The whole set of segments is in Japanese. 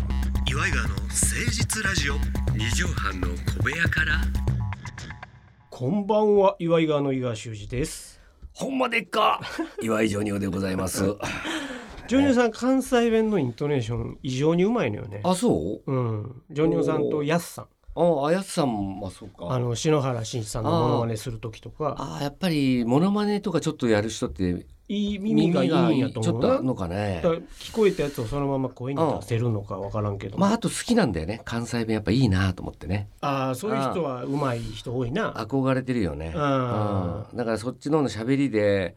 イガーの誠実ラジオ二畳半の小部屋からこんばんは、岩井川の井川修司です。ほんまでっか 岩井ジョニオでございます。ジョニオさん、関西弁のイントネーション、異常にうまいのよね。あ、そううん、ジョニオさんとやすさん、あ、あやつさんも、あ、そうか。ああの篠原慎一さんのモノマネする時とか、やっぱり、モノマネとかちょっとやる人って、いい耳がいいんやとちょ思っうとあな。るのかねだ。から聞こえたやつをそのまま声に出せるのかわからんけど、まあ、あと好きなんだよね。関西弁やっぱいいなと思ってね。ああそういう人はうまい人多いな。憧れてるよね。ううんんだからそっちの方の喋りで、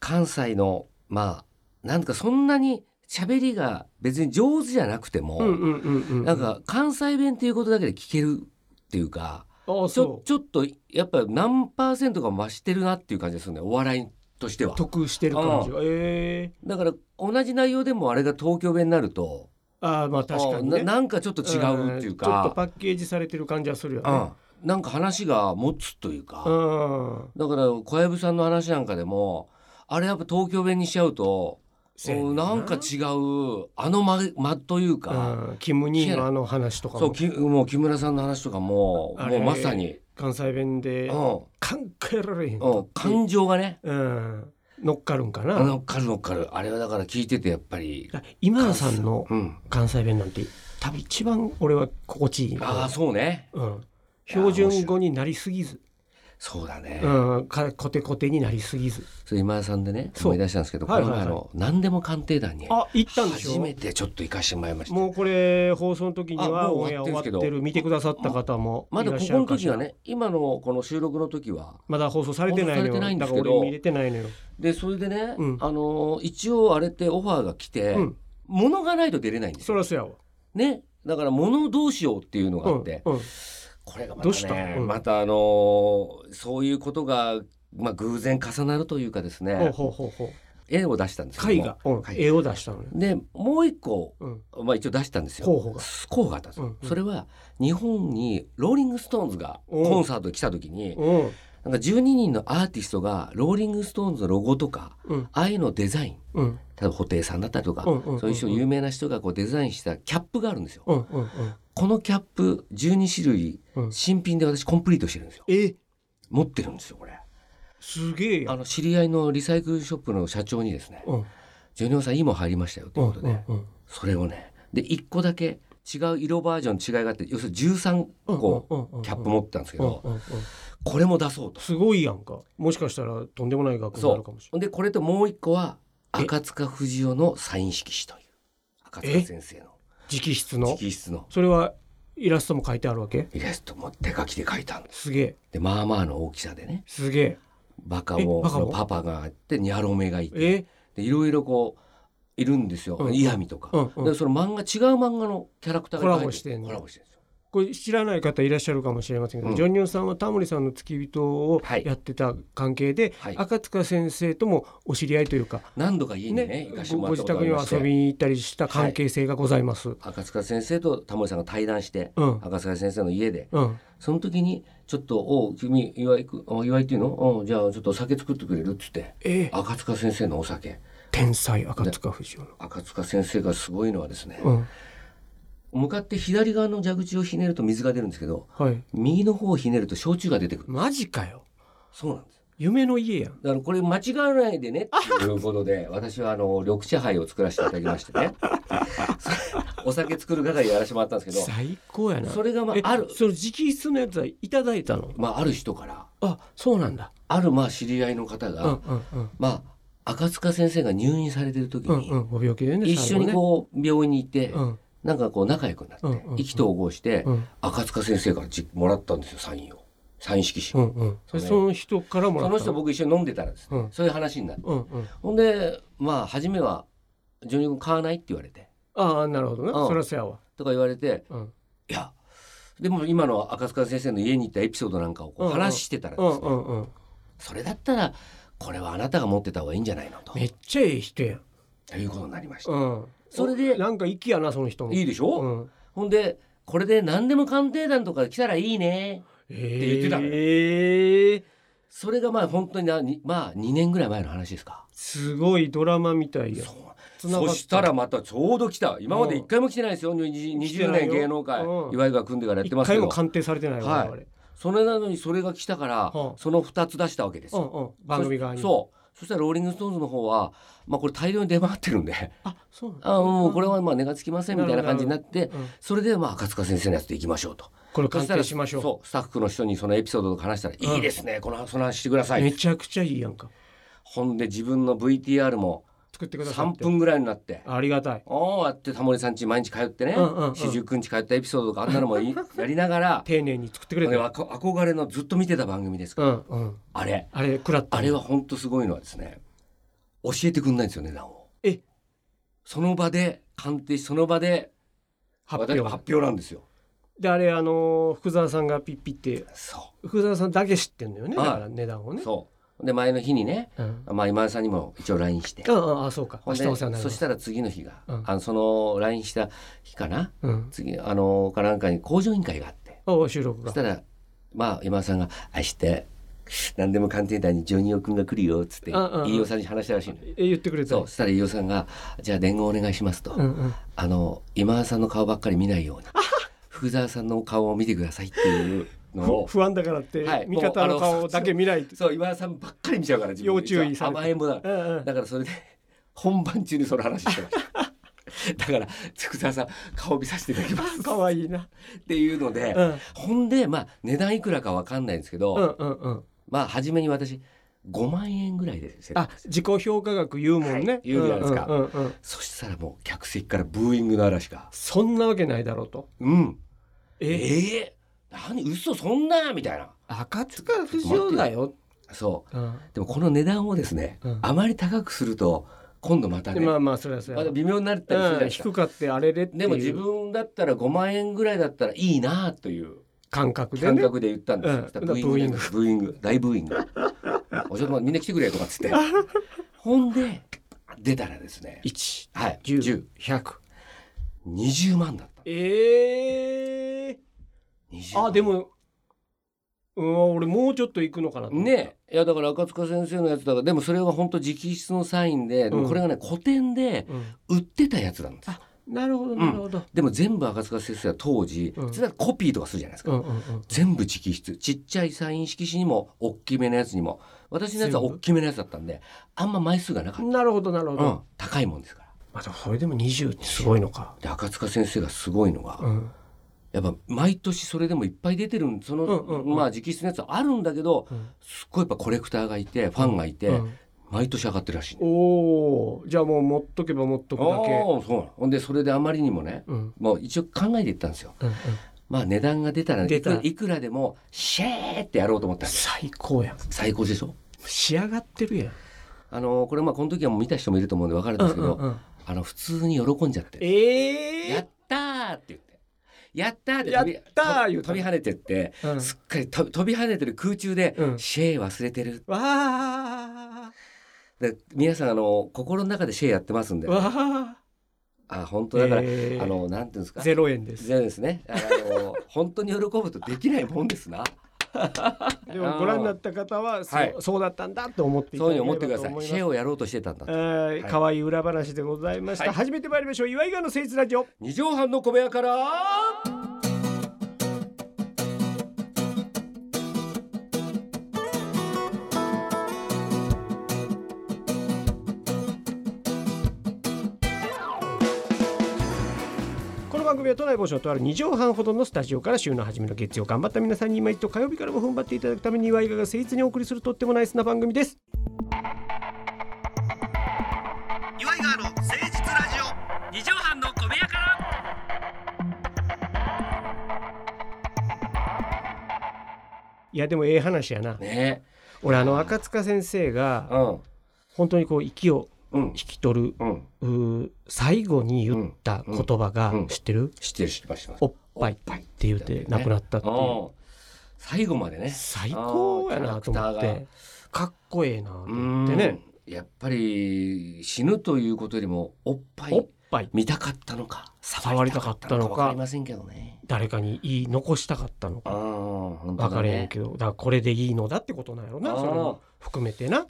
関西の、まあ、なんかそんなに喋りが別に上手じゃなくても、うんうんうんうん。なんか関西弁っていうことだけで聞けるっていうか、あちあょそちょっとやっぱ何パーセントか増してるなっていう感じですよねお笑いとしてはう得してる感じが。ええだから同じ内容でもあれが東京弁になるとああまあ確かにあね。ななんかちょっと違うっていうんちょっとパか、ッケージされてる感じはするようね。ん、なんか話が持つといううか、ん。だから小籔さんの話なんかでもあれやっぱ東京弁にしちゃうとせやねうんんななんか違うあの間間というか、うんキム・ニーのあの話とかそうもきもう木村さんの話とかもあもれうまさに、関西弁でうん考うえられへんん、感情がねうん乗っかるんかあなのカルのカルあれはだから聞いててやっぱり今田さんのうん関西弁なんて多分一番俺は心地いいなああそうねうん標準語になりすぎず、そうだね、うん、かコテコテになりすぎずそれ今田さんでねそう思い出したんですけど、はいはいこのはい前あの何でも鑑定団にあ行ったんでし初ょめてちょっと行かしてもらいましたもうこれ放送の時にあはもうオン終エわアってるんです終わってけどる見てくださった方もまいだらっこしこゃるのかし時らはね今のこの収録の時はまだ放送されてな放送さいのれてないよんだでかすらけど俺見れてないのよ、でそれでね、うんあのー一応あれってオファーが来て、うん物がないと出れないんですそよらそやわ、ねだから物をどうしようっていうのがうあんって、うん、これがまたどうしたね、うんまたあのーそういうことがまあ偶然重なるというかですほうねほうほうほう絵を出したんですけ絵ども画、うんはい絵を出したのよ、でもう一個うん、まあ一応出したんですよ候補が候補があったんですよ、うんうんそれは日本にローリング・ストーンズがおうコンサートに来た時にうんなんか12人のアーティストがローリング・ストーンズのロゴとかうんああいうのをデザインうん例えば布袋さんだったりとか、うんうんうんそういう人有名な人がこうデザインしたキャップがあるんですよ。うんうんうんこのキャップ12種類うん新品で私コンプリートしてるんですよ。え持ってるんですよこれ。すげえやあんの知り合いのリサイクルショップの社長にですねうん「ジョニオさんいいもん入りましたよ」とういうんことで、うんうんそれをねで1個だけ違う色バージョン違いがあって要するに13個うんキャップ持ってたんですけど、うんうんうんこれも出そうと。すごいやんかもしかしたらとんでもない額になるかもしれでこれともう一個はえ赤塚不二夫のサイン色紙という赤塚先生のない直筆の直筆のそれはイラストも書いてあるわけイラストも手書きで書いたんですげえでまあまあの大きさでねすげバカえもバカものパパがあってニャロメがいてええでいろいろこういるんですよ、うんイヤミとか、うんうんでその漫画違う漫画のキャラクターがコいっラぱいボ入してんのコラボしてるんですよこれ知らない方いらっしゃるかもしれませんけど、うんジョニオさんはタモリさんの付き人をはいやってた関係で、はい赤塚先生ともお知り合いというか、何度か家にね行かしてごもごらった自こと宅あにりまはして遊びに行ったりした関係性がございます。赤塚先生とタモリさんが対談して、うん赤塚先生の家でうん、その時にちょっと「おう君岩井くあ岩井っていうのうんじゃあちょっとお酒作ってくれる」っつってええ赤塚先生のお酒天才赤塚不二夫の。赤塚先生がすごいのはですね、うん、向かって左側の蛇口をひねると水が出るんですけどはい。右の方をひねると焼酎が出てくるマジかよ。そうなんです夢の家やん。だからこれ間違わないでねっていうこと で私はあの緑茶杯を作らせていただきましてね お酒作る係やらせてもらったんですけど最高やな。それがまえああるその直筆のやつはいただいたの。まあある人からあ、そうなんだ。あるまあ知り合いの方うが、んうんうん。まあ赤塚先生が入院されてる時うんに、うん、ご病気でね。一緒にこう病院に行って、最後ねなんかこう仲良くなって、うんうんうん意気投合して、うんうん赤塚先生からじもらったんですよサインをサイン色う紙を、んうん。それそうねその人からもらそったの人僕一緒に飲んでたらですね、うんそういう話になってうんうん。ほんでまあ初めは「ジョニー君買わない?」って言われてああ、なるほどな。うんそらそやわ。とか言われてうん「いやでも今の赤塚先生の家に行ったエピソードなんかをこうんううん話してたらでうすんね、うんうん。それだったらこれはあなたが持ってた方がいいんじゃないのとめっちゃええ人やん。ということになりました。うん。それでなんか息やな、その人も。いいでしょ、うん。ほんでこれで何でも鑑定団とか来たらいいね言えってたのよえそれがまあ本当になにまあ2年ぐらい前の話ですかすごいドラマみたいやつながっそしたらまたちょうど来た今まで一回も来てないですよ20来て20な年いよ芸能界うん岩井が組んでからやって一ますけ回もど鑑定されてないはわい我々それなのにそれが来たからうんその2つ出したわけですようんうん番組側にうそうそしたらローリング・ストーンズの方はまあこれ大量に出回ってるん であそうなんだあもうこれはまあ値がつきませんみたいな感じになってうんそれでまあ赤塚先生のやつでいきましょうとこれそ鑑たら定しましょそうスタッフの人にそのエピソードとか話したら「うんいいですねこのその話してくだうさめい」ちゃくちゃいいやんかほんで自分の VTR も作ってください3分ぐらいになってありがたいおおやってタモリさんち毎日通ってねうんうんうん四十九日通ったエピソードとかあんなのもいやりなが ら丁寧に作ってくあれれたはこ憧れのずっと見てた番組ですかうら、んうんあれあれ食らったあれは本当すごいのはですね教えてくんないんですよ値段をえその場で鑑定しその場で発私表発表なんですよであれあのー福沢さんがピッピってそ福沢さんだけ知ってんのよねはだいから値段をう、ねそうで前の日にね、うんまあ、今井さんにも一応 LINE してうんうんあそうかほ明んで日お世話になりそましすたら次の日が、うんあのその LINE した日かなうん次あのかなんかに工場委員会があってお収録そしたがらまあ今田さんが「明日何でも鑑定団にジョニオ君が来るよ」っつってうんうんうん飯尾さんに話したらしいのよえ言ってくれたそうそしたら飯尾さんが「じゃあ伝言お願いします」とうんう「んあの今田さんの顔ばっかり見ないように福沢さんの顔を見てください」っていうのふを不安だからってはい味方の顔だけ見ないっ てそう今田さんばっかり見ちゃうから自分要注意されて甘えん坊だからうんうんだからそれで本番中にその話してま しただから福沢さん顔見させていただき ます可愛いなっていうので、うんほんでまあ値段いくらかわかんないんですけど、うんうんうんまあ初めに私5万円ぐらいで設定あ自己評価額言うもんはねい言うじゃないですかうんうんうんそしたらもう客席からブーイングの嵐がそんなわけないだろうと「うんえええ何嘘そんな」みたいな赤塚不二夫だよそううんでもこの値段をですね、うんあまり高くすると今度またでね、まあまあそれはそれまはた微妙になったりするじゃなういんですか、低かってあれれっていうでも自分だったら5万円ぐらいだったらいいなという感覚で感ね覚で言ったんですよ、うんそしたらブーイングブーイング大ブーイング「おちょっと待ってみんな来てくれ」とかっつっ てほんで出たらですね一はい十10 100 20万だった。ええ20万あでもうん俺もうちょっと行くのかなと思ったねえいやだから赤塚先生のやつだからでもそれは本当直筆のサインで、でもこれがね古典でうん売ってたやつなんですよなるほどなるほどでも全部赤塚先生は当時、うんそれはコピーとかするじゃないですか、うんうんうん全部直筆ちっちゃいサイン色紙にも大きめのやつにも私のやつは全部大きめのやつだったんであんま枚数がなかっなるほどなるほた、うんど、高いもんですからまあでもそれでも20ってすごいのかで赤塚先生がすごいのが、うんやっぱ毎年それでもいっぱい出てるんその、うんうんうんまあ直筆のやつはあるんだけどうんすっごいやっぱコレクターがいてファンがいて、うん毎年上がってるらしいねおーじゃあもう持っとけば持っとくだけああそうなのほんでそれであまりにもねうんうんもう一応考えていったんですようんまあ値段が出たら出いたくいくらでもシェーってやろうと思ったんです最高やん最高でしょ仕上がってるやんあのこれまあこの時はもう見た人もいると思うんで分かるんですけど、うんうんうんあの普通に喜んじゃって「えやえったー!」って言って「やったー!」って飛びやったー言う飛たび跳ねてって、ーうんすっかりと飛び跳ねてる空中でう「んシェー忘れてるわ」で皆さんあの心の中でシェーやってますんでーわあ本当ーだから、えーあのなんていうんですかゼロ円ですじゃあですね、あの本当に喜ぶとできないもんですな。でもご覧になった方はそ,、はいそうだったんだって思っていたそうだいうふうにけ思ってくればだとさい。思いシまェす。をやろうとしてたんだと。はい可愛い裏話でございました、はい初めて参りましょう岩井川の誠実ラジオ二畳半の小部屋から。この番組は都内某所のとある2畳半ほどのスタジオから週の初めの月曜頑張った皆さんに今一度火曜日からも踏ん張っていただくために岩井川が誠実にお送りするとってもナイスな番組です岩井川の誠実ラジオ二畳半の小部屋からいやでもええ話やなね。俺あの赤塚先生うがん。本当にこう息をうん引。き取るうん。うー最後に言った言葉がうんうん知ってる知ってる知ってます知ってます。おっぱいって言うて亡くなったっていううん最後までね。最高やなと思あっーキャラクてかっこええなとう思ん。ってね。やっぱり死ぬということよりもおっぱおっいぱい見たかったのか触りたかったのかわかりませんけどね。誰かに言い残したかったのああか本当分かだれへんね。けどだからこれでいいのだってことなんやろなあーそれも含めてな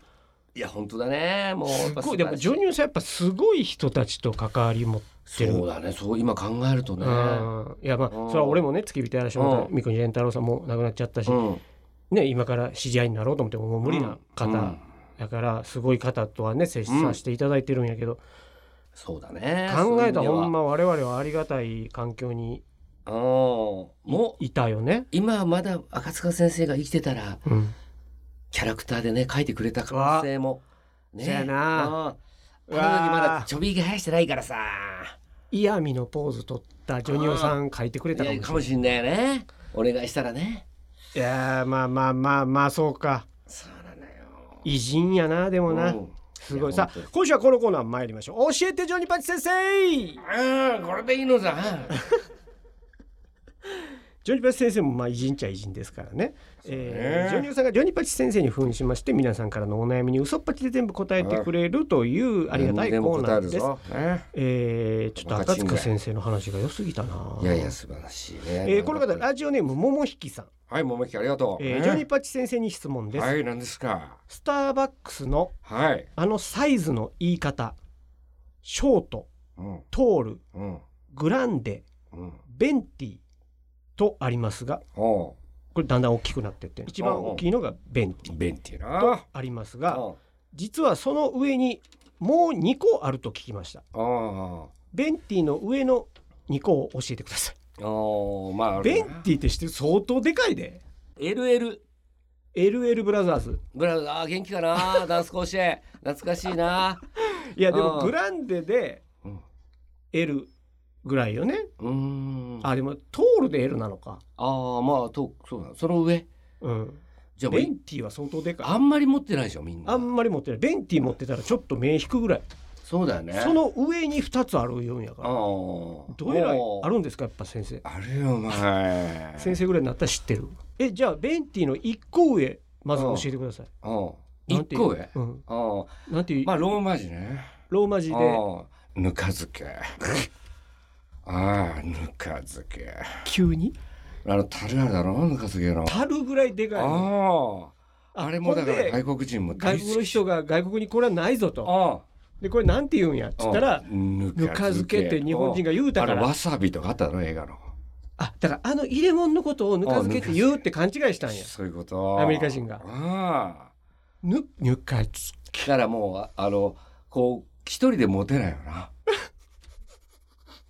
いや本当だねもうやっぱすごいでもジョニオさんやっぱすごい人たちと関わり持ってるそうだねそう今考えるとねうんいやまあうんそれは俺もね付き人やらしてもらったうん三國連太郎さんも亡くなっちゃったし、うんね、今から知り合いになろうと思ってももう無理な方、うんだからすごい方とはね接させていただいてるんやけど、そうだね考そういう意味えたらではほんま我々はありがたい環境にうんもういたよね。今まだ赤塚先生が生きてたらうん、キャラクターでね書いてくれた可能性もねそうやなうんあの時まうわだーちょびひげ生やしてないからさイヤミのポーズ取ったジョニオさん書いてくれたかもしいれやなかいもしんないよねお願いしたらねいやーまあまあまあまあそうかそうなのよ偉人やなでもうな、んすごいいやさ本当に今週はこのコーナー参りましょう教えてジョニパチ先生うんこれでいいのさジョニパチ先生もまあ偉人っちゃ偉人ですからね。えねージョニオさんがジョニパチ先生に扮しまして皆さんからのお悩みに嘘っぱちで全部答えてくれるというありがたいでもコー答ナえーるです。ぞねえー、ちょっとバカ赤チンが塚先生の話が良すぎたな。いやいや素晴らしいねえー、この方はいラジオネームももひきさん、桃木ありがとうえーねジョニパチ先生に質問です、はい何ですかスターバックスのはいあのサイズの言い方ショートうんトールうんグランデうんベンティとありますがおこれだんだん大きくなってって一番大きいのがベンティうベンティとなありますあが実はその上にもう2個あると聞きましたああベンティの上の2個を教えてくださいあまあベンティって知ってる相当でかいで LL LL ブラザーズブラウザー元気か なダンス甲子園懐かしいないやでもうんグランデでうん L ぐらいよねうーんああでもトールで L なのかあまあとそうだその上うんじゃあもうベンいティは相当でかいあんまり持ってないでしょみんなあんまり持ってないベンティ持ってたらちょっと目引くぐらいそうだよねその上に2つあるようんやかああらどえらいもうあるんですかやっぱ先生あるよお前先生ぐらいになったら知ってるえじゃあベンティの1個上まず教えてくださいうんなんて一い個う上うんあなんていう、まあローマ字ねローマ字でああぬか漬け ああぬか漬け急にあの樽あるだろぬか漬けの樽ぐらいでかいのあああれもだかほんでら外国人も外大好国のき人が外国にこれはないぞとああでこれなんて言うんやっつったらぬぬか漬けって日本人が言うたかあれわらさびとかあったの映画のあだからあの入れ物のことをぬか漬けって言うって勘違いしたんやそういうことアメリカ人がああぬぬか漬けだからもうああのこう一人で持てないよな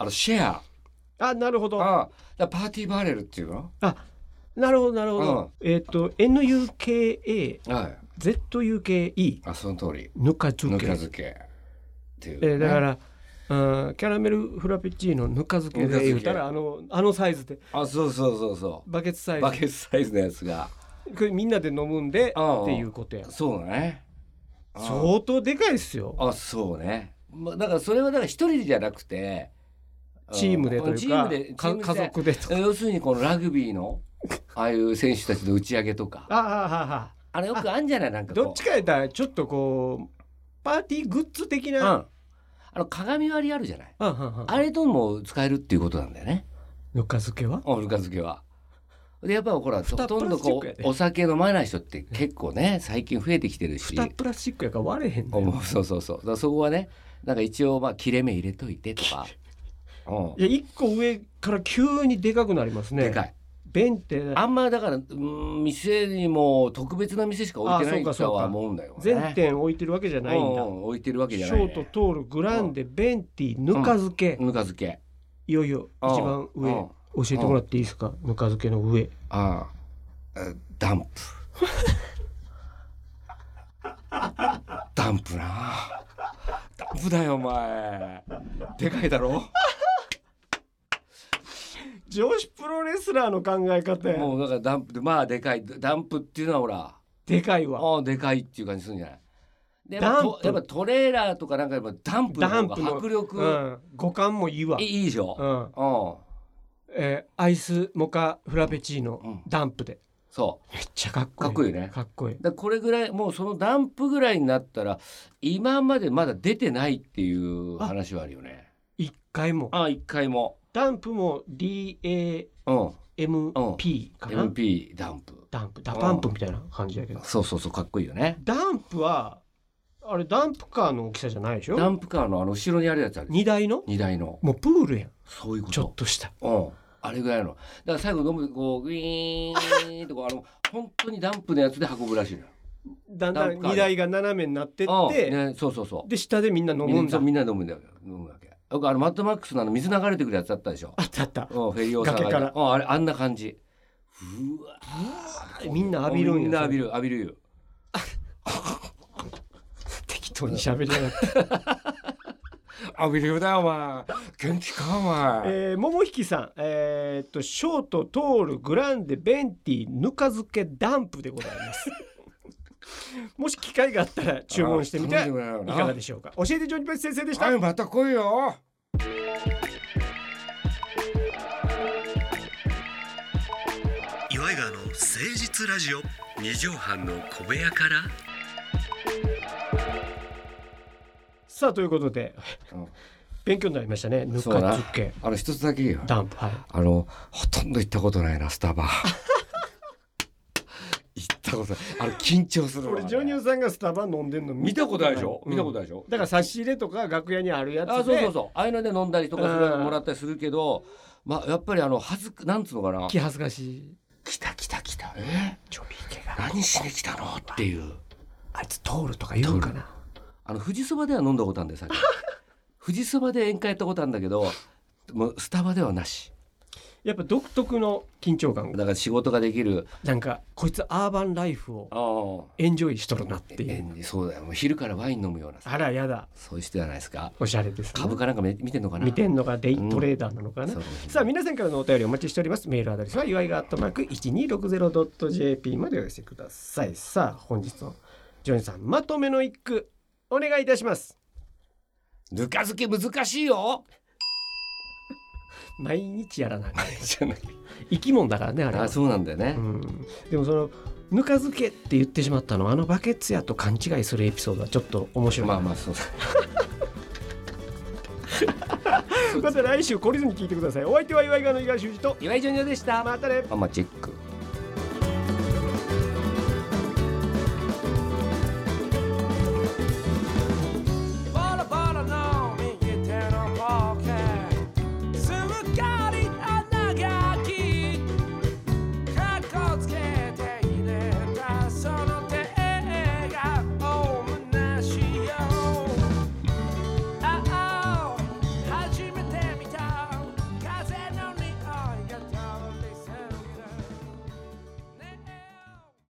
あのシェアあなるほどああだからパーティーバレルっていうのなるほどなるほどえっと NUKAZUKE はいあその通りぬか漬ぬかけ漬けっていうね、えーだからうんキャラメルフラペチーノぬか漬けで言うたらあのあのサイズであそうそうそうそバケツサうイバズケツサイズのやつがこれみんなで飲むんでうんっていうことやそうだねああ相当でかいっすよあそうね、まあ、だからそれはだから一人じゃなくてチームでとチいうーかムでチーかムで家族でとか要するにこのラグビーのああいう選手たちの打ち上げとかああああああれよくあんじゃないなんあかこうどっちかやったらちょっとこうパーティーグッズう的んなあの鏡割りあるじゃないうんうんうんあれとも使えるっていうことなんだよねぬか漬けはおぬか漬けは。でやっぱほらほ蓋とんどプラスチッこクやでうお酒飲まない人って結構ね最近増えてきてるし蓋プラスチックやから割れへんねおそうそうそうだからそこはねなんか一応まあ切れ目入れといてとか、うん いや一個上から急にでかくなりますねでかい。弁ってあんまだから、うん、店にも特別な店しか置いてないあそうかそうかとは思うんだよ、ね。全店置いてるわけじゃないんだうう置いてるわけシじゃない、ね。ョートトールグランデベンティぬか漬けぬか漬け。いよいようん一番上うん教えてもらっていいですかぬか漬けの上ああ、えダンプ。 ダンプな。ダンプだよお前。でかいだろ。女子プロレスラーの考え方やもうだからダンプでまあでかいダンプっていうのはほら、でかいわああでかいっていう感じするんじゃない。でやっぱダンとプやっぱトレーラーとかなんかやっぱダンプのダ方ンプのが迫力、うん五感もいいわいいいでしょ。うんうんえーアイスモカフラペチーノうんダンプでそめっちゃかっこいいかっこいいよねかっこいいうだからこれぐらいもうそのダンプぐらいになったら今までまだ出てないっていう話はあるよね一回もあ一回もダンプも DAMP うんかな MP ダンプダンプダパンプみたいな感じだけどそうそうそうかっこいいよねダンプはあれダンプカーの大きさじゃないでしダょンプカーのあの後ろにあるやつある荷台の荷台のもうプールやんそういうこちょっととしたうんあれぐらいのだから最後飲むこうグイーンとこうあの本当にダンプのやつで運ぶらしいのよだんだダンんプカー荷台が斜めになってっうて、んね、そうそうそうで下でみんな飲みむんんなだみんな飲むんだよ飲むわけよくあのマッドマックスのあの水流れてくるやつあったでしょあったあったうんフェリーオーサー崖からうんあれあんな感じうわみんな浴びるんやみんな浴びる浴びるよ適当に喋りやがって、浴びるよだよお前元気かお前えー、桃引さんえーっとショートトールグランデベンティぬか漬けダンプでございます もし機会があったら注文してみてあー頼んでいもらえよなかがでしょうか教えてジョニパチ先生でした、はいまた来いよ岩井川の誠実ラジオ二畳半の小部屋からさあということで、うん勉強になりましたねぬかそうだな漬けあの一つだけよダンプはいあのほとんど行ったことないなスタバ 行ったことないあれ緊張するわ俺ジョニオさんがスタバ飲んでんの見たことないでしょ見たことないないでしょうんだから差し入れとか楽屋にあるやつであそうそうそうああいうので飲んだりとかうんそれもらったりするけどまあやっぱりあの恥ずかなんつうのかな気恥ずかしい来た来た来たえちょびけが何しに来たのっていうあいつ通るとか言うかなあの富士そばでは飲んだことあるんだよさっき富士そばで宴会やったことあるんだけどもうスタバではなしやっぱ独特の緊張感だから仕事ができるなんかこいつアーバンライフをああエンジョイしとるなっていえうそうだよもう昼からワイン飲むようなさあらやだそういう人じゃないですかおしゃれですね株価なんかめ見てんのかな見てんのがデイうんトレーダーなのかな、そうかもしれないさあ皆さんからのお便りお待ちしておりますメールアドレスは祝いがアットマーク 1260.jp までお寄せくださいさあ本日のジョニーさんまとめの一句お願いいたしますぬか漬け難しいよ毎日やらなあかんじゃない生き物だからねあれはあそうなんだよね、うんでもそのぬか漬けって言ってしまったのはあのバケツやと勘違いするエピソードはちょっと面白い、まあまあそうだ また来週懲りずに聞いてくださいお相手は岩井川の井川修司と岩井ジョニオでしたまたねママチェック